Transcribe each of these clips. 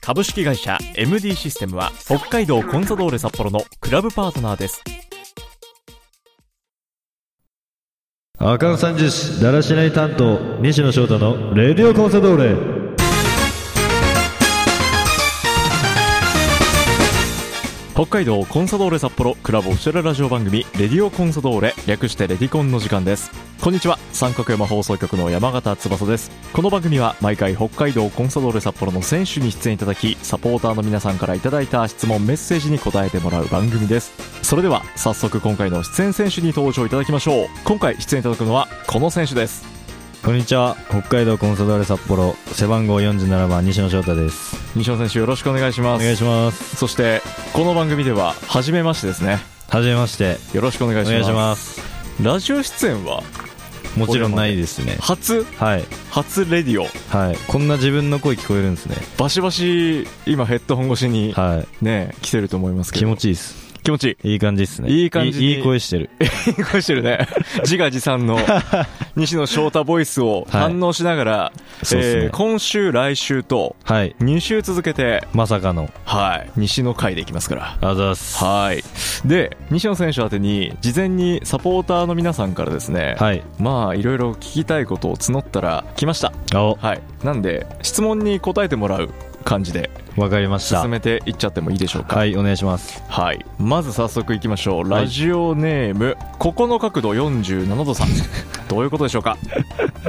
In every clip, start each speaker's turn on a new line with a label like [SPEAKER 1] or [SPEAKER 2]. [SPEAKER 1] 株式会社 MD システムは北海道コンサドーレ札幌のクラブパートナーです
[SPEAKER 2] 赤尾三十市だらしない担当西野翔太のレディオコンサドーレ
[SPEAKER 1] 北海道コンサドーレ札幌クラブオフィシャルラジオ番組レディオコンサドーレ略してレディコンの時間ですこんにちは三角山放送局の山形翼ですこの番組は毎回北海道コンサドーレ札幌の選手に出演いただきサポーターの皆さんからいただいた質問メッセージに答えてもらう番組ですそれでは早速今回の出演選手に登場いただきましょう今回出演いただくのはこの選手です
[SPEAKER 2] こんにちは北海道コンサドーレ札幌背番号47番西野翔太です
[SPEAKER 1] 西野選手よろしくお願いし
[SPEAKER 2] お
[SPEAKER 1] ます
[SPEAKER 2] 願いします
[SPEAKER 1] そしてこの番組では初めましてですね
[SPEAKER 2] はじめまして
[SPEAKER 1] よろしくお願
[SPEAKER 2] お
[SPEAKER 1] いしま
[SPEAKER 2] 願い
[SPEAKER 1] す
[SPEAKER 2] します
[SPEAKER 1] ラジオ出演は
[SPEAKER 2] もちろんないですね
[SPEAKER 1] 初
[SPEAKER 2] はい
[SPEAKER 1] 初レディオ
[SPEAKER 2] はいこんな自分の声聞こえるんですね
[SPEAKER 1] バシバシ今ヘッドホン越しに
[SPEAKER 2] はい
[SPEAKER 1] ね来てると思いますけど
[SPEAKER 2] 気持ちいいっす
[SPEAKER 1] 気持ちいい
[SPEAKER 2] いい感じっすね
[SPEAKER 1] いい感じに
[SPEAKER 2] いいい声してる
[SPEAKER 1] いい声してる ね自画自賛の西野翔太ボイスを反応しながら、
[SPEAKER 2] そうっすね
[SPEAKER 1] ー今週来週と
[SPEAKER 2] はい
[SPEAKER 1] 2週続けて
[SPEAKER 2] まさかの
[SPEAKER 1] はい西野会でいきますから
[SPEAKER 2] あざっす
[SPEAKER 1] はいで西野選手宛てに事前にサポーターの皆さんからですね、
[SPEAKER 2] はい
[SPEAKER 1] まあいろいろ聞きたいことを募ったら来ました
[SPEAKER 2] お
[SPEAKER 1] はいなんで質問に答えてもらう感じで
[SPEAKER 2] わかりまし
[SPEAKER 1] 進
[SPEAKER 2] た
[SPEAKER 1] めていっちゃってもいいでしょうか
[SPEAKER 2] はいお願いします
[SPEAKER 1] はいまず早速いきましょうラジオネーム、ここの角度47度さ んどういうことでしょうか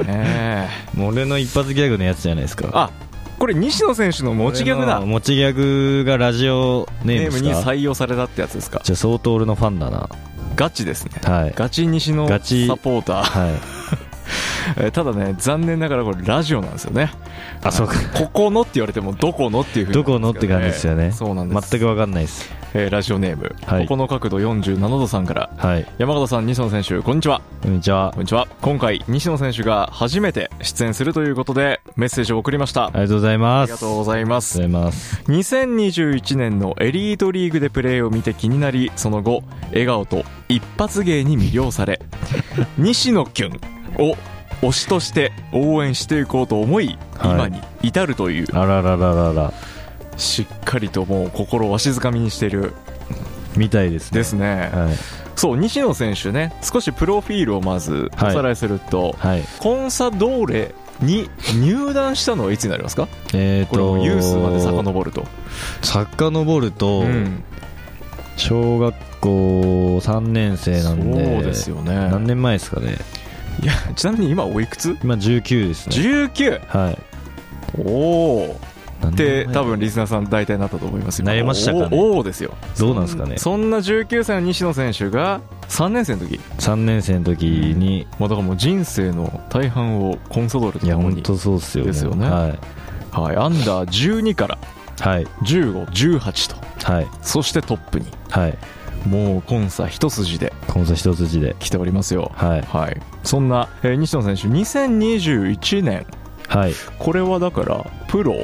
[SPEAKER 1] ねえ
[SPEAKER 2] もう俺の一発ギャグのやつじゃないですか
[SPEAKER 1] あこれ西野選手の持ちギャグだ
[SPEAKER 2] 俺の持ちギャグがラジオネー
[SPEAKER 1] ネ
[SPEAKER 2] ムで
[SPEAKER 1] ー
[SPEAKER 2] す
[SPEAKER 1] ム
[SPEAKER 2] か
[SPEAKER 1] に採用されたってやつですか
[SPEAKER 2] じゃあ相当俺のファンだな
[SPEAKER 1] ガチですね
[SPEAKER 2] はい
[SPEAKER 1] ガチ西のサ
[SPEAKER 2] ガチ
[SPEAKER 1] ポータ ー
[SPEAKER 2] はい
[SPEAKER 1] えーただね残念ながらこれラジオなんですよね
[SPEAKER 2] あそうか
[SPEAKER 1] ここのって言われてもどこのっていうふうに
[SPEAKER 2] どこのって感じですよね
[SPEAKER 1] そうなんです
[SPEAKER 2] 全くわかんないです
[SPEAKER 1] えーラジオネーム、
[SPEAKER 2] はい
[SPEAKER 1] ここの角度47度さんから
[SPEAKER 2] はい
[SPEAKER 1] 山形さん西野選手こんにちは
[SPEAKER 2] こんにちは
[SPEAKER 1] こんにちは今回西野選手が初めて出演するということでメッセージを送りました、
[SPEAKER 2] ありがとうござい
[SPEAKER 1] あ
[SPEAKER 2] ま
[SPEAKER 1] り
[SPEAKER 2] す
[SPEAKER 1] がとうございます
[SPEAKER 2] ありがとうございます
[SPEAKER 1] 2021年のエリートリーグでプレーを見て気になりその後笑顔と一発芸に魅了さ れ西野キュンを推しとして応援していこうと思い、
[SPEAKER 2] はい
[SPEAKER 1] 今に至るという
[SPEAKER 2] あららららら
[SPEAKER 1] しっかりともう心をわしづかみにしている
[SPEAKER 2] みたいですね
[SPEAKER 1] ですね、
[SPEAKER 2] はい
[SPEAKER 1] そう西野選手ね少しプロフィールをまずお
[SPEAKER 2] はい
[SPEAKER 1] さらいすると、
[SPEAKER 2] はい
[SPEAKER 1] コンサドーレに入団したのはいつになりますか
[SPEAKER 2] えっ
[SPEAKER 1] これも
[SPEAKER 2] と
[SPEAKER 1] ユースまで遡ると、
[SPEAKER 2] 遡ると
[SPEAKER 1] うん
[SPEAKER 2] 小学校3年生なんで
[SPEAKER 1] そうですよね
[SPEAKER 2] 何年前ですかね
[SPEAKER 1] いやちなみに今おいくつ
[SPEAKER 2] 今19ですね
[SPEAKER 1] ?19
[SPEAKER 2] はい
[SPEAKER 1] おお
[SPEAKER 2] 何
[SPEAKER 1] って
[SPEAKER 2] 年前
[SPEAKER 1] 多分リスナーさん大体なったと思いますよ
[SPEAKER 2] なりましたかね
[SPEAKER 1] おおですよ
[SPEAKER 2] どうなんですかね
[SPEAKER 1] そんな19歳の西野選手が3年生の時
[SPEAKER 2] 3年生の時に
[SPEAKER 1] まあだからもう人生の大半をコンサドーレと
[SPEAKER 2] いや
[SPEAKER 1] 共に
[SPEAKER 2] 本当そうっすよね
[SPEAKER 1] ですよね
[SPEAKER 2] は
[SPEAKER 1] はいアンダー12から
[SPEAKER 2] いはい
[SPEAKER 1] 1518と
[SPEAKER 2] はい
[SPEAKER 1] そしてトップに
[SPEAKER 2] はい
[SPEAKER 1] もうコンサ一筋で
[SPEAKER 2] コンサ一筋で
[SPEAKER 1] 来ておりますよ
[SPEAKER 2] はい
[SPEAKER 1] はいそんな、えー西野選手2021年
[SPEAKER 2] はい
[SPEAKER 1] これはだからプロ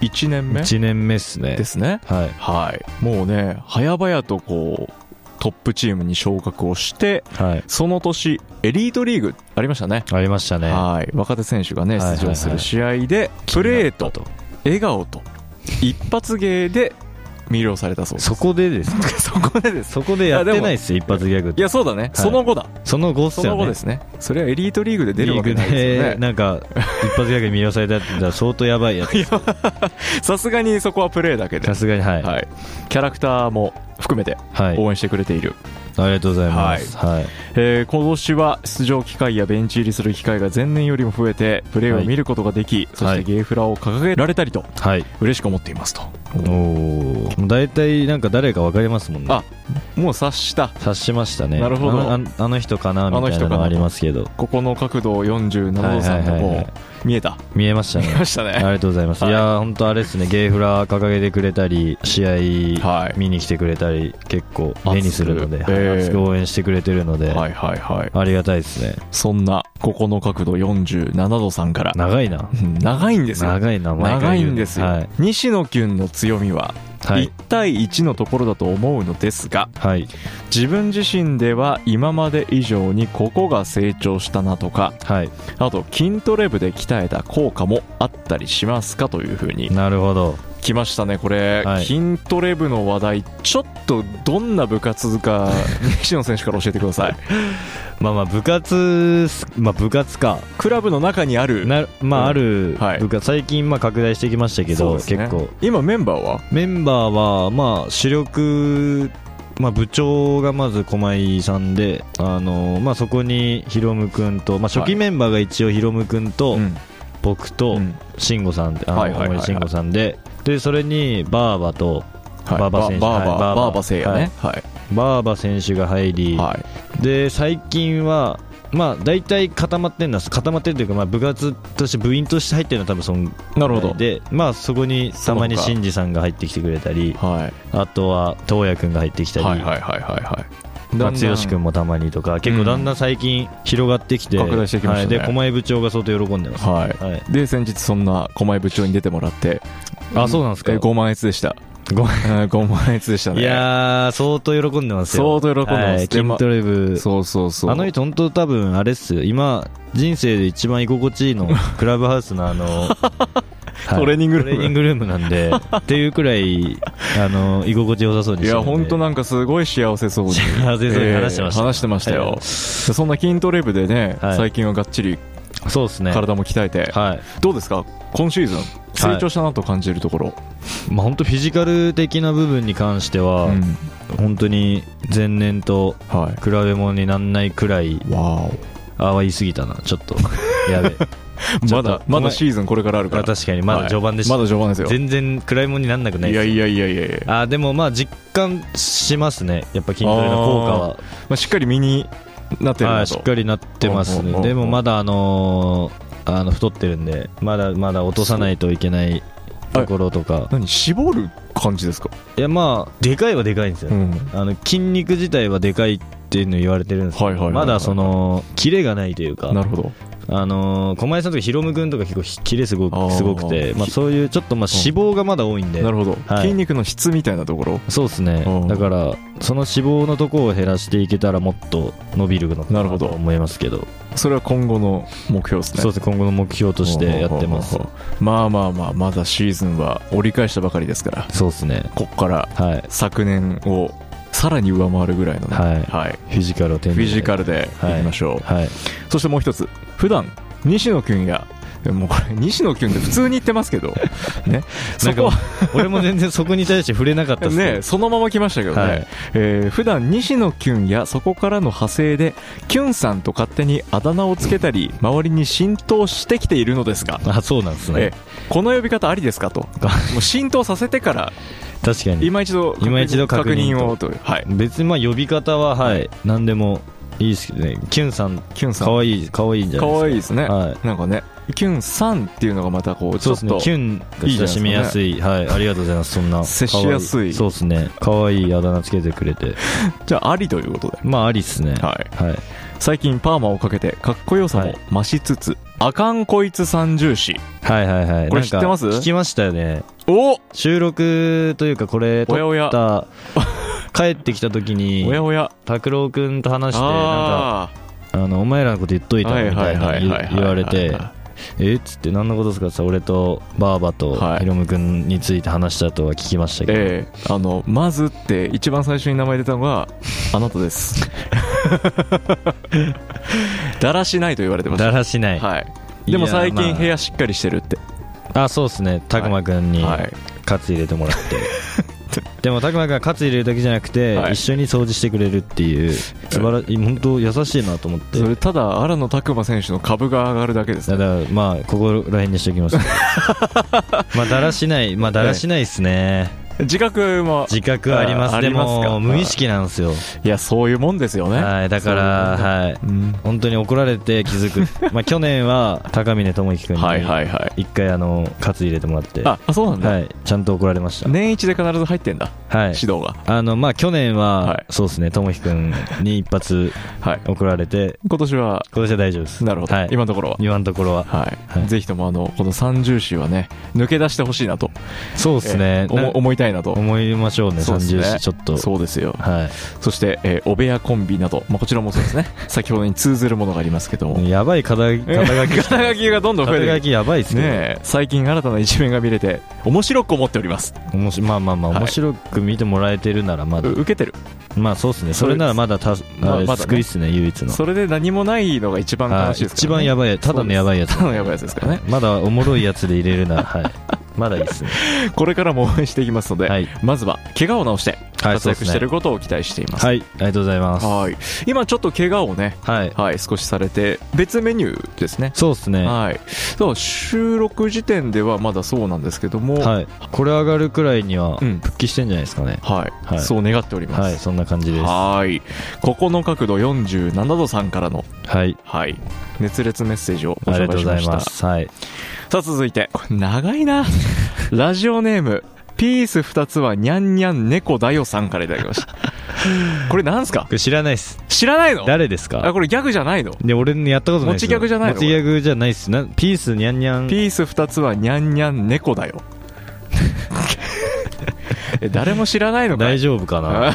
[SPEAKER 1] 1年目
[SPEAKER 2] 1年目っすね
[SPEAKER 1] ですね
[SPEAKER 2] はい
[SPEAKER 1] はいもうね早々とこうトップチームに昇格をして
[SPEAKER 2] はい
[SPEAKER 1] その年エリートリーグありましたね
[SPEAKER 2] ありましたね
[SPEAKER 1] はい若手選手がね
[SPEAKER 2] はいはいはい
[SPEAKER 1] 出場する試合でプレーと笑顔と一発芸で魅了されたそうです
[SPEAKER 2] そこでですね
[SPEAKER 1] そ こでです
[SPEAKER 2] そこでやってないっすよ一発ギャグっ
[SPEAKER 1] い
[SPEAKER 2] て
[SPEAKER 1] やそうだね、その後だ
[SPEAKER 2] その後っす
[SPEAKER 1] そ
[SPEAKER 2] よね
[SPEAKER 1] の後ですねそれはエリートリーグで出る
[SPEAKER 2] リ
[SPEAKER 1] わ
[SPEAKER 2] ーグ
[SPEAKER 1] けないですよ
[SPEAKER 2] で
[SPEAKER 1] ね
[SPEAKER 2] なんか一発ギャグに魅了されたって言ったら相当やばいやつ
[SPEAKER 1] さすがにそこはプレーだけで
[SPEAKER 2] さ、すがにはいは
[SPEAKER 1] はいい、キャラクターも含めて応援してくれている、
[SPEAKER 2] ありがとうございますはい
[SPEAKER 1] えー今年は出場機会やベンチ入りする機会が前年よりも増えてプレーを見ることができ、そし
[SPEAKER 2] は
[SPEAKER 1] て
[SPEAKER 2] い
[SPEAKER 1] ゲーフラを掲げられたりと
[SPEAKER 2] はい
[SPEAKER 1] 嬉しく思っていますと、
[SPEAKER 2] おお大体なんか誰かわかりますもんね
[SPEAKER 1] あもう察した
[SPEAKER 2] 察しましたね
[SPEAKER 1] なるほど
[SPEAKER 2] あのああの人かなみたいなのありますけど
[SPEAKER 1] ここの角度47度さんが
[SPEAKER 2] はいはいはい
[SPEAKER 1] も
[SPEAKER 2] は
[SPEAKER 1] う見えた
[SPEAKER 2] 見えました
[SPEAKER 1] 見
[SPEAKER 2] ね
[SPEAKER 1] ました
[SPEAKER 2] あり
[SPEAKER 1] ね
[SPEAKER 2] がとうございます、
[SPEAKER 1] はい
[SPEAKER 2] い、やー本当あれですねゲーフラ掲げてくれたり試合
[SPEAKER 1] はい
[SPEAKER 2] 見に来てくれたり結構目にするので
[SPEAKER 1] 熱
[SPEAKER 2] 熱
[SPEAKER 1] く
[SPEAKER 2] く,、
[SPEAKER 1] えー
[SPEAKER 2] 応援してくれてるので、
[SPEAKER 1] はいはいはい
[SPEAKER 2] ありがたいですね
[SPEAKER 1] そんなここの角度47度さんから
[SPEAKER 2] 長いな
[SPEAKER 1] うん長いんですよ
[SPEAKER 2] 長いな毎
[SPEAKER 1] 長
[SPEAKER 2] 回
[SPEAKER 1] い
[SPEAKER 2] 言うん
[SPEAKER 1] ですよ、
[SPEAKER 2] はい、
[SPEAKER 1] 西野君の強みは
[SPEAKER 2] はい
[SPEAKER 1] 1対1のところだと思うのですが、
[SPEAKER 2] はい
[SPEAKER 1] 自分自身では今まで以上にここが成長したなとか
[SPEAKER 2] はい
[SPEAKER 1] あと筋トレ部で鍛えた効果もあったりしますかというふうに
[SPEAKER 2] なるほど
[SPEAKER 1] 来ましたねこれ、
[SPEAKER 2] はい
[SPEAKER 1] 筋トレ部の話題ちょっとどんな部活か西野選手から教えてください
[SPEAKER 2] まあまあ部活っすまあ部活か
[SPEAKER 1] クラブの中にある
[SPEAKER 2] なま
[SPEAKER 1] うん
[SPEAKER 2] あある
[SPEAKER 1] はい
[SPEAKER 2] 部活最近まあ拡大してきましたけ
[SPEAKER 1] そう
[SPEAKER 2] ど、
[SPEAKER 1] ですね
[SPEAKER 2] 結構
[SPEAKER 1] 今メンバーは
[SPEAKER 2] メンバーはまあ主力まあ、部長がまず駒井さんで、あのまあ、そこにヒロム君と、まあ、初
[SPEAKER 1] はい
[SPEAKER 2] 期メンバーが一応ヒロム君と、
[SPEAKER 1] うん
[SPEAKER 2] 僕と
[SPEAKER 1] うん
[SPEAKER 2] 慎吾さんで、あの
[SPEAKER 1] はいはいはいはい
[SPEAKER 2] 大森慎吾さんででそれにバーバと
[SPEAKER 1] はい
[SPEAKER 2] バーバ選手
[SPEAKER 1] バーバ
[SPEAKER 2] は
[SPEAKER 1] バ
[SPEAKER 2] いバーバ
[SPEAKER 1] ーバ聖也ねはい
[SPEAKER 2] バーバ選手が入り、
[SPEAKER 1] はい
[SPEAKER 2] で最近はまあ大体固まってんだ固まってるというか、まあ、部活として部員として入ってるのは多分その
[SPEAKER 1] なるほど
[SPEAKER 2] で、まあ、そこにたまに
[SPEAKER 1] その他
[SPEAKER 2] 新次さんが入ってきてくれたり
[SPEAKER 1] はい
[SPEAKER 2] あとは東也君が入ってきたり、
[SPEAKER 1] はいはいはいはいはい
[SPEAKER 2] まあ、
[SPEAKER 1] だんだん
[SPEAKER 2] 剛君もたまにとか結構だんだん最近広がってきて、
[SPEAKER 1] 拡大してきましたね
[SPEAKER 2] はいで狛江部長が相当喜んでます、
[SPEAKER 1] はい
[SPEAKER 2] はい、
[SPEAKER 1] で先日そんな狛江部長に出てもらって
[SPEAKER 2] あそうなんですか
[SPEAKER 1] えー5万円でした
[SPEAKER 2] ごめん
[SPEAKER 1] えー5万円でしたね
[SPEAKER 2] いやー相当喜んでますよ
[SPEAKER 1] 相当喜んでます
[SPEAKER 2] はい
[SPEAKER 1] でま
[SPEAKER 2] 筋トレ部
[SPEAKER 1] そうそうそう
[SPEAKER 2] あの人本当多分あれっすよ今人生で一番居心地いい のクラブハウスのあの、はい
[SPEAKER 1] トレーニングルーム
[SPEAKER 2] トレーニングルームなん でっていうくらいあの居心地良さそうに
[SPEAKER 1] い
[SPEAKER 2] して
[SPEAKER 1] や
[SPEAKER 2] るんで
[SPEAKER 1] 本当なんかすごい幸せそうに
[SPEAKER 2] 幸せそうに話してまし
[SPEAKER 1] え
[SPEAKER 2] た
[SPEAKER 1] ー話してましたよ、そんな筋トレ部でね、
[SPEAKER 2] はい
[SPEAKER 1] 最近はがっちり
[SPEAKER 2] そうですね
[SPEAKER 1] 体も鍛えて、
[SPEAKER 2] はい
[SPEAKER 1] どうですか今シーズン成長したなと感じるところ、
[SPEAKER 2] まあ、本当フィジカル的な部分に関しては、
[SPEAKER 1] うん
[SPEAKER 2] 本当に前年と
[SPEAKER 1] は
[SPEAKER 2] 比べ物になんないくらい
[SPEAKER 1] いわ
[SPEAKER 2] ああ言い過ぎたなち ょっとやべ
[SPEAKER 1] お
[SPEAKER 2] ちょ
[SPEAKER 1] ま
[SPEAKER 2] っと
[SPEAKER 1] だまだシーズンこれからあるから
[SPEAKER 2] あ確かにまだ序盤でした
[SPEAKER 1] はいまだ序盤ですよ
[SPEAKER 2] 全然暗いもんになんなくない
[SPEAKER 1] い
[SPEAKER 2] で
[SPEAKER 1] や
[SPEAKER 2] す
[SPEAKER 1] いやいやいやいや、ま
[SPEAKER 2] あでもまあ実感しますねやっぱ筋トレの効果は
[SPEAKER 1] あ、しっかり身になってる
[SPEAKER 2] は、
[SPEAKER 1] ないと
[SPEAKER 2] しっかりなってます
[SPEAKER 1] うんうんうんう
[SPEAKER 2] ね
[SPEAKER 1] ん
[SPEAKER 2] でもまだあのーあの太ってるんでまだまだ落とさないといけないところとか
[SPEAKER 1] 何絞る感じですか、
[SPEAKER 2] いやまあでかいはでかいんですよ、
[SPEAKER 1] ん、
[SPEAKER 2] あの筋肉自体はでかいっていうの言われてるんですけど、
[SPEAKER 1] はいはいはいはい
[SPEAKER 2] まだそのキレがないというか
[SPEAKER 1] なるほど
[SPEAKER 2] あのー、駒井さんとかヒロム君とか結構ひキレす
[SPEAKER 1] あ
[SPEAKER 2] ご
[SPEAKER 1] ー
[SPEAKER 2] くすごくてまあ、そういうちょっとまあ脂肪がまだ多いんで、
[SPEAKER 1] なるほど、
[SPEAKER 2] はい
[SPEAKER 1] 筋肉の質みたいなところ
[SPEAKER 2] そうですね
[SPEAKER 1] うん
[SPEAKER 2] だからその脂肪のとこを減らしていけたらもっと伸びるのか
[SPEAKER 1] なるほ
[SPEAKER 2] なと
[SPEAKER 1] ど
[SPEAKER 2] 思いますけど
[SPEAKER 1] それは今後の目標ですね
[SPEAKER 2] そうですね今後の目標としてやってます
[SPEAKER 1] ほうほうほうほうまあまあまあまだシーズンは折り返したばかりですから
[SPEAKER 2] そうですね
[SPEAKER 1] こっから
[SPEAKER 2] はい
[SPEAKER 1] 昨年をさらに上回るぐらいのね
[SPEAKER 2] はいフィジカルを手に
[SPEAKER 1] フィジカ
[SPEAKER 2] ル
[SPEAKER 1] ルでいきましょう、
[SPEAKER 2] はい
[SPEAKER 1] そしてもう一つ普段西野君がもうこれ西野君って普通に言ってますけ どねそ
[SPEAKER 2] なん
[SPEAKER 1] こ
[SPEAKER 2] か
[SPEAKER 1] は
[SPEAKER 2] 俺も全然 そこに対して触れなかったっす
[SPEAKER 1] ねそのまま来ましたけどね、
[SPEAKER 2] はい
[SPEAKER 1] えー普段西野キュンやそこからの派生でキュンさんと勝手にあだ名をつけたり周りに浸透してきているのですが、
[SPEAKER 2] あそうなんです
[SPEAKER 1] え
[SPEAKER 2] ね
[SPEAKER 1] ーこの呼び方ありですか ともう浸透させてから
[SPEAKER 2] 確かに
[SPEAKER 1] 今一度
[SPEAKER 2] 今一度確認
[SPEAKER 1] をというはい
[SPEAKER 2] 別にまあ呼び方ははい何でもいいですけどねキュンさん
[SPEAKER 1] キュンさん
[SPEAKER 2] 可愛い可愛いんじゃ
[SPEAKER 1] か
[SPEAKER 2] ないですか
[SPEAKER 1] わいいですね、
[SPEAKER 2] は
[SPEAKER 1] なんかねキュンさんっていうのがまたこうち
[SPEAKER 2] そ
[SPEAKER 1] ょ
[SPEAKER 2] う
[SPEAKER 1] っ
[SPEAKER 2] ですね
[SPEAKER 1] と。
[SPEAKER 2] キュンが親しみやすいはいありがとうございますそんな
[SPEAKER 1] 接しやすい
[SPEAKER 2] 可愛そうですね可愛いあだ名つけてくれて
[SPEAKER 1] じゃあありということで
[SPEAKER 2] まあありっすね
[SPEAKER 1] はい
[SPEAKER 2] はい
[SPEAKER 1] 最近パーマをかけてかっこよさも増しつつ、あかんこいつ三重視
[SPEAKER 2] はいはいはい
[SPEAKER 1] これ
[SPEAKER 2] なんか
[SPEAKER 1] 知ってます
[SPEAKER 2] 聞きましたよね
[SPEAKER 1] お
[SPEAKER 2] 収録というかこれ撮
[SPEAKER 1] おやおや
[SPEAKER 2] った帰ってきた時に
[SPEAKER 1] おやおや
[SPEAKER 2] 拓郎くんと話してなんか
[SPEAKER 1] あ
[SPEAKER 2] あのお前らのこと言っといたみたいな言言われてえっつって何のことですかってさ俺とバーバ
[SPEAKER 1] はい
[SPEAKER 2] とヒロムくんについて話したとは聞きましたけど
[SPEAKER 1] ええあのまずって一番最初に名前出たの があなたですだらしないと言われてまし
[SPEAKER 2] だ
[SPEAKER 1] た
[SPEAKER 2] らしない
[SPEAKER 1] はいでも最
[SPEAKER 2] いや
[SPEAKER 1] 近
[SPEAKER 2] まあ
[SPEAKER 1] 部屋しっかりしてるって
[SPEAKER 2] あそうですね拓磨くんに
[SPEAKER 1] はい
[SPEAKER 2] カツ入れてもらって でも拓磨くんはカツ入れるだけじゃなくて、
[SPEAKER 1] はい
[SPEAKER 2] 一緒に掃除してくれるっていう素晴らしい本当優しいなと思って
[SPEAKER 1] それただ荒野拓磨選手の株が上がるだけです
[SPEAKER 2] だ
[SPEAKER 1] ね
[SPEAKER 2] から まあここら辺にしておきますまあだらしないまあだらしないですね、
[SPEAKER 1] 自覚も
[SPEAKER 2] 自覚あります
[SPEAKER 1] ああ
[SPEAKER 2] で
[SPEAKER 1] りますか
[SPEAKER 2] も無意識なんですよ、
[SPEAKER 1] いやそういうもんですよね、
[SPEAKER 2] はい、だから
[SPEAKER 1] そう
[SPEAKER 2] はい
[SPEAKER 1] うん
[SPEAKER 2] 本当に怒られて気 づくまあ去年は高峰智之君に
[SPEAKER 1] はいはいはい
[SPEAKER 2] 一回あの喝入れてもらって
[SPEAKER 1] ああそうなんだ、
[SPEAKER 2] はい、ちゃんと怒られました、
[SPEAKER 1] 年一で必ず入ってんだ、
[SPEAKER 2] はい
[SPEAKER 1] 指導が
[SPEAKER 2] あのまあ去年は、
[SPEAKER 1] はい
[SPEAKER 2] そうですね智く君に一発
[SPEAKER 1] はい
[SPEAKER 2] 怒られて
[SPEAKER 1] 今年は
[SPEAKER 2] 今年は大丈夫です
[SPEAKER 1] なるほど、
[SPEAKER 2] はい、
[SPEAKER 1] 今のところは
[SPEAKER 2] 今のところは
[SPEAKER 1] はい、
[SPEAKER 2] はい
[SPEAKER 1] ぜひともあのこの三重視はね抜け出してほしいなと
[SPEAKER 2] そうです
[SPEAKER 1] え
[SPEAKER 2] ね、
[SPEAKER 1] ー思
[SPEAKER 2] な
[SPEAKER 1] 思いたいなと
[SPEAKER 2] 思いましょうね
[SPEAKER 1] そう
[SPEAKER 2] 三
[SPEAKER 1] ですね
[SPEAKER 2] 重視ちょっと
[SPEAKER 1] そうですよ
[SPEAKER 2] は
[SPEAKER 1] そして、えー、お部屋コンビなど、まあ、こちらもそう ですね先ほどに通ずるものがありますけども
[SPEAKER 2] いやばい肩書き肩書き
[SPEAKER 1] 肩書きがどんどん増え
[SPEAKER 2] 肩書
[SPEAKER 1] て
[SPEAKER 2] きやばいで
[SPEAKER 1] き
[SPEAKER 2] す
[SPEAKER 1] て
[SPEAKER 2] ね
[SPEAKER 1] ねえ最近新たな一面が見れて面白く思っております
[SPEAKER 2] おもしまあまあまあ
[SPEAKER 1] はい
[SPEAKER 2] 面白く見てもらえてるならまだ、
[SPEAKER 1] う受けてる
[SPEAKER 2] まあそうですねそれならまだた
[SPEAKER 1] まあ
[SPEAKER 2] あれ
[SPEAKER 1] まだね
[SPEAKER 2] 救いっすね唯一の
[SPEAKER 1] それで何もないのが一番
[SPEAKER 2] は
[SPEAKER 1] 悲
[SPEAKER 2] い
[SPEAKER 1] しいです
[SPEAKER 2] 一
[SPEAKER 1] から、
[SPEAKER 2] 番
[SPEAKER 1] ね、
[SPEAKER 2] やばいやただのやばいやつ
[SPEAKER 1] ただのやばいやつですからね
[SPEAKER 2] まだおもろいやつで入れるなら はいまだいいっすね
[SPEAKER 1] これからも応援していきますので、
[SPEAKER 2] はい
[SPEAKER 1] まずは怪我を治して
[SPEAKER 2] はい
[SPEAKER 1] 活躍している
[SPEAKER 2] そ
[SPEAKER 1] こ
[SPEAKER 2] う
[SPEAKER 1] とを期待していま
[SPEAKER 2] っ
[SPEAKER 1] す、
[SPEAKER 2] すねはいありがとうございます
[SPEAKER 1] はい今ちょっと怪我をね
[SPEAKER 2] はい
[SPEAKER 1] はい少しされて別メニューですね
[SPEAKER 2] そうですねは
[SPEAKER 1] はい、そう収録時点ではまだそうなんですけども、
[SPEAKER 2] い、これ上がるくらいには
[SPEAKER 1] うん
[SPEAKER 2] 復帰してんじゃないですかね、
[SPEAKER 1] はい
[SPEAKER 2] はい
[SPEAKER 1] そう願っております、
[SPEAKER 2] はいそんな感じですは
[SPEAKER 1] はいここの角度47度さんからの、
[SPEAKER 2] い
[SPEAKER 1] はい、熱烈メッセージをご
[SPEAKER 2] あり
[SPEAKER 1] 紹
[SPEAKER 2] がとう
[SPEAKER 1] 介
[SPEAKER 2] ご
[SPEAKER 1] しまし
[SPEAKER 2] ざい
[SPEAKER 1] た
[SPEAKER 2] ますはい
[SPEAKER 1] さあ続いてこれ長いなラジオネームピース2つはにゃんにゃん猫だよさんからいただきました これなんすか
[SPEAKER 2] これ知らないっす
[SPEAKER 1] 知らないの
[SPEAKER 2] 誰ですか
[SPEAKER 1] あこれギャグじゃないの
[SPEAKER 2] で俺のやったことないっす
[SPEAKER 1] 持ちギャグじゃないの
[SPEAKER 2] 持ちギャグじゃないっすなピースにゃんにゃん
[SPEAKER 1] ピース2つはにゃんにゃん猫だ よえ誰も知らないのかい
[SPEAKER 2] 大丈夫かな
[SPEAKER 1] あ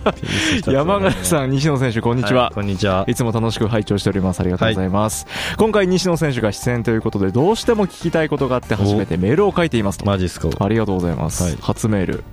[SPEAKER 1] 山形
[SPEAKER 2] ん
[SPEAKER 1] さん、西野選手、こん
[SPEAKER 2] こ
[SPEAKER 1] にちは。
[SPEAKER 2] こんにちはい
[SPEAKER 1] つも楽しく拝聴しております。ありがとうございます。今回、西野選手が出演ということで、どうしても聞きたいことがあって、初めてメールを書いていますと。
[SPEAKER 2] マジっすか
[SPEAKER 1] ありがとうございます、
[SPEAKER 2] はい
[SPEAKER 1] 初メール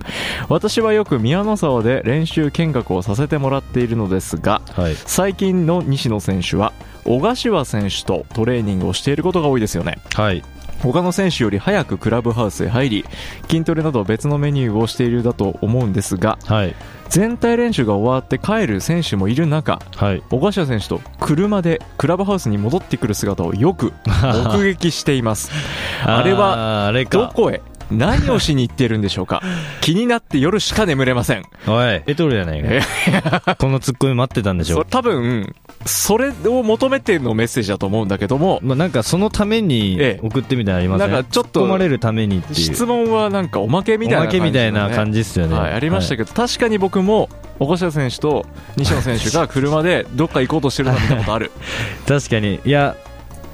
[SPEAKER 1] 私はよく宮の沢で練習見学をさせてもらっているのですが
[SPEAKER 2] はい
[SPEAKER 1] 最近の西野選手は小柏選手とトレーニングをしていることが多いですよね
[SPEAKER 2] はい
[SPEAKER 1] 他の選手より早くクラブハウスへ入り筋トレなど別のメニューをしているだと思うんですが
[SPEAKER 2] はい
[SPEAKER 1] 全体練習が終わって帰る選手もいる中
[SPEAKER 2] はい
[SPEAKER 1] 小柏選手と車でクラブハウスに戻ってくる姿をよ く目撃していますあれは
[SPEAKER 2] あーあれ
[SPEAKER 1] ど
[SPEAKER 2] か
[SPEAKER 1] こへ何をしに行ってるんでしょうか気になって夜しか眠れません
[SPEAKER 2] おいレトロじゃない
[SPEAKER 1] え
[SPEAKER 2] かこのツッコミ待ってたんでし
[SPEAKER 1] そ
[SPEAKER 2] ょ
[SPEAKER 1] れ 多分それを求めてのメッセージだと思うんだけども
[SPEAKER 2] まあなんかそのために
[SPEAKER 1] ええ
[SPEAKER 2] 送ってみたいなのありますね
[SPEAKER 1] なんかちょっと
[SPEAKER 2] 突っ込まれるためにっていう
[SPEAKER 1] 質問はなんかおまけみたいな
[SPEAKER 2] おま
[SPEAKER 1] 感じ、
[SPEAKER 2] けみたいな感じっすよね
[SPEAKER 1] はい、ありました
[SPEAKER 2] け
[SPEAKER 1] けど、確かに僕も小柏選手と西野選手が車でどっか行こうとしてるの見たことある
[SPEAKER 2] ど確かにいや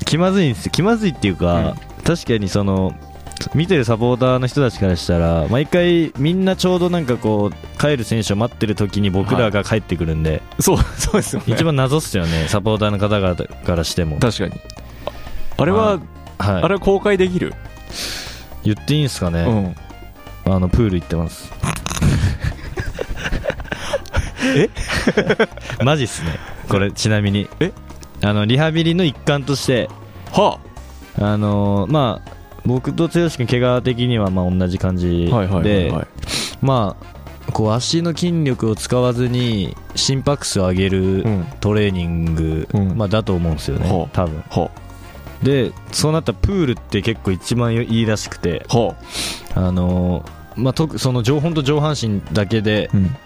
[SPEAKER 2] 気まずいんですよ気まずいっていうか確かにその見てるサポーターの人たちからしたら毎回みんなちょうどなんかこう帰る選手を待ってる時に僕らが帰ってくるんで
[SPEAKER 1] そうそうですよね
[SPEAKER 2] 一番謎っす よねサポーターの方々からしても
[SPEAKER 1] 確かにああれは、
[SPEAKER 2] はい
[SPEAKER 1] あれは公開できる、
[SPEAKER 2] 言っていいんすかね、
[SPEAKER 1] うん
[SPEAKER 2] あのプール行ってます
[SPEAKER 1] え
[SPEAKER 2] マジっすねこれちなみに
[SPEAKER 1] え
[SPEAKER 2] あのリハビリの一環として
[SPEAKER 1] は
[SPEAKER 2] あのーまあ僕と剛君怪我的にはまあ同じ感じで、
[SPEAKER 1] あはいはいはいはい
[SPEAKER 2] まあこう足の筋力を使わずに心拍数を上げる
[SPEAKER 1] うんは
[SPEAKER 2] トレーニング、
[SPEAKER 1] うん
[SPEAKER 2] まあ、だと思うんですよね、
[SPEAKER 1] はあ
[SPEAKER 2] 多分
[SPEAKER 1] あは
[SPEAKER 2] でそうなったらプールって結構一番いいらしくて
[SPEAKER 1] あ
[SPEAKER 2] あのーまあ、特その上半と上半身だけで
[SPEAKER 1] うん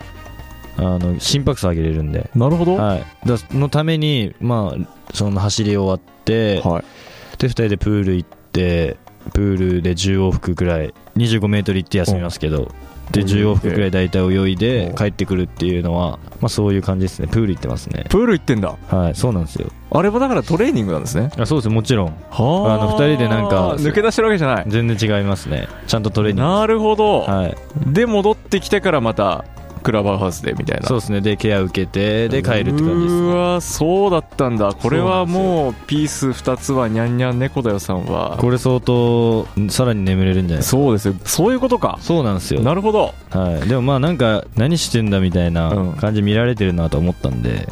[SPEAKER 2] あの心拍数上げれるんで、
[SPEAKER 1] なるほど
[SPEAKER 2] はい、だのために、まあ、その走り終わって、
[SPEAKER 1] はい
[SPEAKER 2] で2人でプール行ってプールで10往復ぐらい2 5メートル行って休みますけど、で
[SPEAKER 1] うん
[SPEAKER 2] 10往復ぐらい大体泳い
[SPEAKER 1] うん
[SPEAKER 2] で帰ってくるっていうのは、まあ、そういう感じですねプール行ってますね
[SPEAKER 1] プール行ってんだ
[SPEAKER 2] はいそうなんですよ
[SPEAKER 1] あれはだからトレーニングなんですね
[SPEAKER 2] あそうですもちろん
[SPEAKER 1] は
[SPEAKER 2] あの二人でなんか
[SPEAKER 1] 抜け出してるわけじゃない
[SPEAKER 2] 全然違いますねちゃんとトレーニング
[SPEAKER 1] なるほど、
[SPEAKER 2] はい、
[SPEAKER 1] で戻ってきてからまたクラブハウスでみたいな
[SPEAKER 2] そうですねでケア受けてで帰るって感じです
[SPEAKER 1] うわそうだったんだこれはもうピース2つはにゃんにゃん猫だよさんは
[SPEAKER 2] これ相当さらに眠れるんじゃないですか
[SPEAKER 1] そうですよそういうことか
[SPEAKER 2] そうなんですよ
[SPEAKER 1] なるほど
[SPEAKER 2] はい、でもまあなんか何してんだみたい
[SPEAKER 1] うん
[SPEAKER 2] な感じ見られてるなと思ったんで、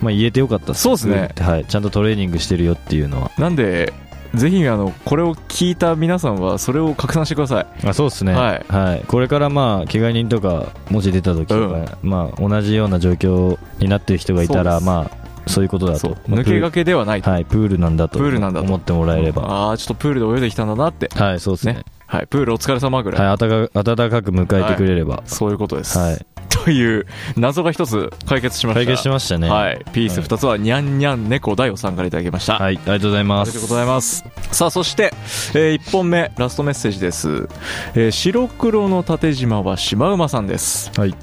[SPEAKER 2] まあ言えてよかった
[SPEAKER 1] そうっすね
[SPEAKER 2] ってはい、ちゃんとトレーニングしてるよっていうのは
[SPEAKER 1] なんでぜひあのこれを聞いた皆さんはそれを拡散してください
[SPEAKER 2] あそうですね
[SPEAKER 1] はい
[SPEAKER 2] これからまあ怪我人とかもし出た時とか、まあ同じような状況になってる人がいた
[SPEAKER 1] そう
[SPEAKER 2] ら
[SPEAKER 1] です
[SPEAKER 2] まあそういうことだ
[SPEAKER 1] そう
[SPEAKER 2] と、まあ
[SPEAKER 1] 抜けがけではない
[SPEAKER 2] プールはいプールなんだと
[SPEAKER 1] プールなんだと
[SPEAKER 2] 思ってもらえれば
[SPEAKER 1] ああちょっとプールで泳いできたんだなって
[SPEAKER 2] はいそうですね
[SPEAKER 1] ねはい、プールお疲れ様ぐらい、
[SPEAKER 2] はい、暖か暖かく迎えてくれれば、
[SPEAKER 1] そういうことです、
[SPEAKER 2] はい
[SPEAKER 1] という謎が一つ解決しました
[SPEAKER 2] 解決しましたね
[SPEAKER 1] はい、ピース2つはにゃんにゃん猫だよさんからいただきました、
[SPEAKER 2] はい、ありがとうござい
[SPEAKER 1] あ
[SPEAKER 2] ま
[SPEAKER 1] りが
[SPEAKER 2] す
[SPEAKER 1] とうございますさあそして、え1本目ラストメッセージです、えー白黒の縦縞はシマウマさんです
[SPEAKER 2] はい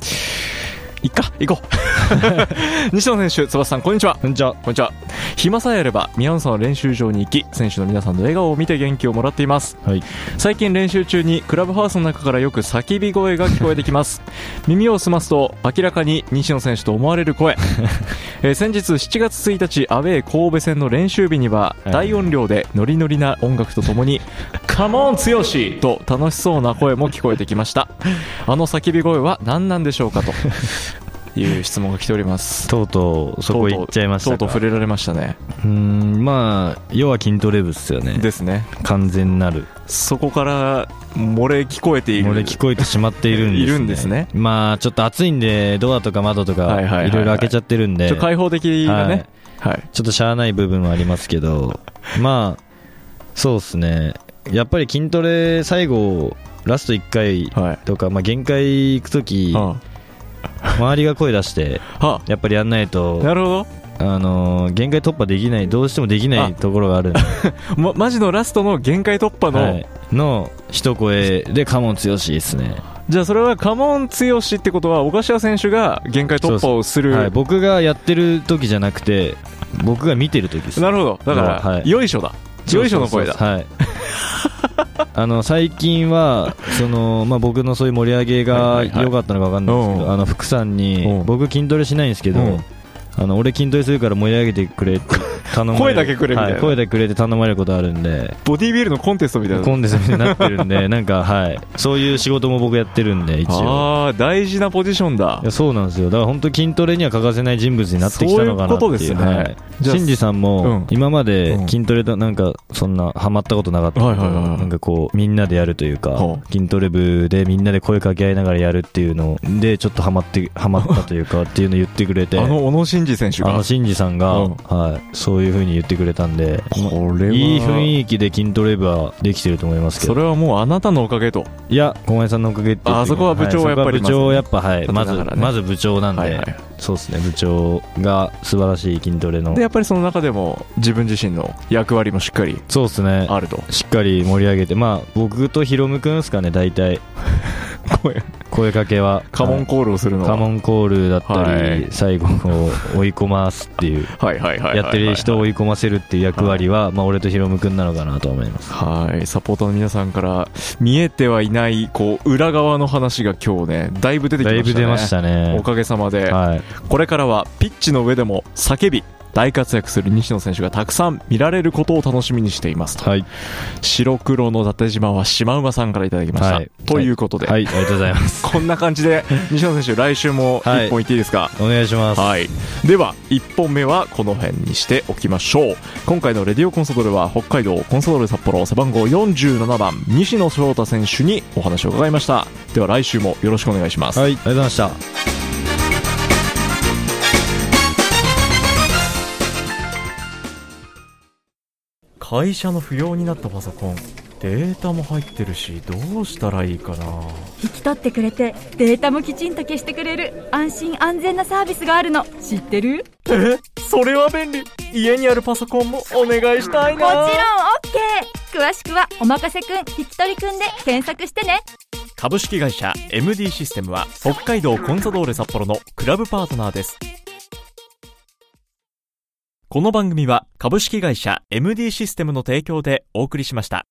[SPEAKER 1] いっか行こ う西野選手翼さんこんにちは
[SPEAKER 2] こんにちは
[SPEAKER 1] こんにちは暇さえあれば宮野さんの練習場に行き選手の皆さんの笑顔を見て元気をもらっています
[SPEAKER 2] はい
[SPEAKER 1] 最近練習中にクラブハウスの中からよく叫び声が聞こえてきます 耳を澄ますと明らかに西野選手と思われる 声、えー先日7月1日アウェー神戸戦の練習日には
[SPEAKER 2] はい
[SPEAKER 1] 大音量でノリノリな音楽とともに「カモン強し!」と楽しそうな声も聞こえてきました あの叫び声は何なんでしょうかという質問が来ております
[SPEAKER 2] とうとうそこ行っちゃいましたか
[SPEAKER 1] とうとう触れられましたね
[SPEAKER 2] うーんまあ要は筋トレ部っすよね
[SPEAKER 1] ですね
[SPEAKER 2] 完全なる
[SPEAKER 1] そこから漏れ聞こえている
[SPEAKER 2] 俺聞こえてしまっているんです、ね、
[SPEAKER 1] いるんですね
[SPEAKER 2] まあちょっと暑いんでドアとか窓と
[SPEAKER 1] はいはいはいは
[SPEAKER 2] か
[SPEAKER 1] い
[SPEAKER 2] いろいろ開けちゃってるんで
[SPEAKER 1] ちょっと開放的なね、はい
[SPEAKER 2] ちょっとしゃあない部分はありますけど まあそうですねやっぱり筋トレ最後ラスト1回
[SPEAKER 1] はい。
[SPEAKER 2] とか、まあ、限界行く時
[SPEAKER 1] うんは
[SPEAKER 2] 周りが声出して
[SPEAKER 1] あ、
[SPEAKER 2] やっぱりやんないと
[SPEAKER 1] なるほ
[SPEAKER 2] あのー限界突破できないどうしてもできないところがある んで
[SPEAKER 1] ど。ま、マジのラストの限界突破の、
[SPEAKER 2] はい、の一声でカモン強しですね、
[SPEAKER 1] じゃあそれはカモン強しってことは、小柏選手が限界突破をする。
[SPEAKER 2] はい、僕がやってる時じゃなくて僕が見てる時です
[SPEAKER 1] なるほど。だから、
[SPEAKER 2] はい
[SPEAKER 1] よいしょだ。よいしょの声だ。
[SPEAKER 2] そうそうそうはい あの最近はその、まあ、僕のそういう盛り上げ
[SPEAKER 1] は
[SPEAKER 2] が
[SPEAKER 1] いはいはい
[SPEAKER 2] 良かったのか分かんないですけど、
[SPEAKER 1] うん
[SPEAKER 2] あの福さん
[SPEAKER 1] う
[SPEAKER 2] に
[SPEAKER 1] ん
[SPEAKER 2] 僕筋トレしないんですけど、
[SPEAKER 1] うん
[SPEAKER 2] あの俺筋トレするから盛り上げてくれって頼まれる
[SPEAKER 1] 声だけくれみたいな
[SPEAKER 2] は声だけくれて頼まれることあるんで
[SPEAKER 1] ボディービルのコンテストみたいな。
[SPEAKER 2] コンデスになってるん でなんかはいそういう仕事も僕やってるんで一応
[SPEAKER 1] ああ、大事なポジションだ
[SPEAKER 2] いや。そうなんですよだから本当筋トレには欠かせない人物になってきたのかなっていう
[SPEAKER 1] そういうことですね
[SPEAKER 2] はい
[SPEAKER 1] じゃあ
[SPEAKER 2] シンジさん
[SPEAKER 1] うん
[SPEAKER 2] も今まで
[SPEAKER 1] うん
[SPEAKER 2] 筋トレだなんかそんなハマったことなかった
[SPEAKER 1] はい
[SPEAKER 2] け
[SPEAKER 1] はい
[SPEAKER 2] ど
[SPEAKER 1] はいはい
[SPEAKER 2] なんかこうみんなでやるというか
[SPEAKER 1] ほう
[SPEAKER 2] 筋トレ部でみんなで声掛け合いながらやるっていうのでちょっとハマってハマったというかっていうの言ってくれて
[SPEAKER 1] あの、小野伸二選手
[SPEAKER 2] あ
[SPEAKER 1] が
[SPEAKER 2] の。シンジさんが
[SPEAKER 1] うん
[SPEAKER 2] はいそういう風に言ってくれたんで
[SPEAKER 1] これは。
[SPEAKER 2] いい雰囲気で筋トレ部はできてると思いますけ
[SPEAKER 1] そ
[SPEAKER 2] ど
[SPEAKER 1] れはもうあなたのおかげと。
[SPEAKER 2] いや小林さんのおかげっていうか
[SPEAKER 1] あそこは部長はやっぱり
[SPEAKER 2] いそこは部長はやっぱはい
[SPEAKER 1] ま
[SPEAKER 2] ま
[SPEAKER 1] ず
[SPEAKER 2] ず
[SPEAKER 1] だからね
[SPEAKER 2] まず部長なん
[SPEAKER 1] はい
[SPEAKER 2] で
[SPEAKER 1] はい
[SPEAKER 2] そうですね部長が素晴らしい筋トレの
[SPEAKER 1] で、やっぱりその中でも、自分自身の役割もしっかり
[SPEAKER 2] そうですね
[SPEAKER 1] あると。
[SPEAKER 2] しっかり盛り上げてまあ僕とヒロムくんですかね大体
[SPEAKER 1] 声
[SPEAKER 2] 声かけは
[SPEAKER 1] カモンコールをするの
[SPEAKER 2] カモ
[SPEAKER 1] ン。
[SPEAKER 2] ンコールだったり、
[SPEAKER 1] はい
[SPEAKER 2] 最後を追い込ますっていう
[SPEAKER 1] はいはいはいはいはいはい。
[SPEAKER 2] やってる人を追い込ませるっていう役割は、まあ、俺とヒロムくんなのかなと思います
[SPEAKER 1] はい、サポーターの皆さんから見えてはいないこう裏側の話が今日ねだいぶ出てきましたね
[SPEAKER 2] だいぶ出ましたね
[SPEAKER 1] おかげさまで、
[SPEAKER 2] はい、
[SPEAKER 1] これからはピッチの上でも叫び大活躍する西野選手がたくさん見られることを楽しみにしていますと
[SPEAKER 2] はい
[SPEAKER 1] 白黒の伊達島はシマウマさんからいただきました、
[SPEAKER 2] はい
[SPEAKER 1] ということで、
[SPEAKER 2] はい、ありがとうございます
[SPEAKER 1] こんな感じで西野選手来週も
[SPEAKER 2] はい
[SPEAKER 1] 1本いっていいですか、
[SPEAKER 2] お願いします
[SPEAKER 1] はい、では1本目はこの辺にしておきましょう今回の「レディオコンソドル」は北海道コンソドル札幌背番号47番西野翔太選手にお話を伺いましたでは来週もよろしくお願いします、
[SPEAKER 2] はい、ありがとうございました
[SPEAKER 1] 会社の不要になったパソコンデータも入ってるしどうしたらいいかな
[SPEAKER 3] 引き取ってくれてデータもきちんと消してくれる安心安全なサービスがあるの知ってる
[SPEAKER 1] それは便利家にあるパソコンもお願いしたい
[SPEAKER 3] もちろん OK 詳しくは「おまかせくん引き取りくん」で検索してね
[SPEAKER 1] 株式会社 MD システムは北海道コンサドーレ札幌のクラブパートナーですこの番組は株式会社 MD システムの提供でお送りしました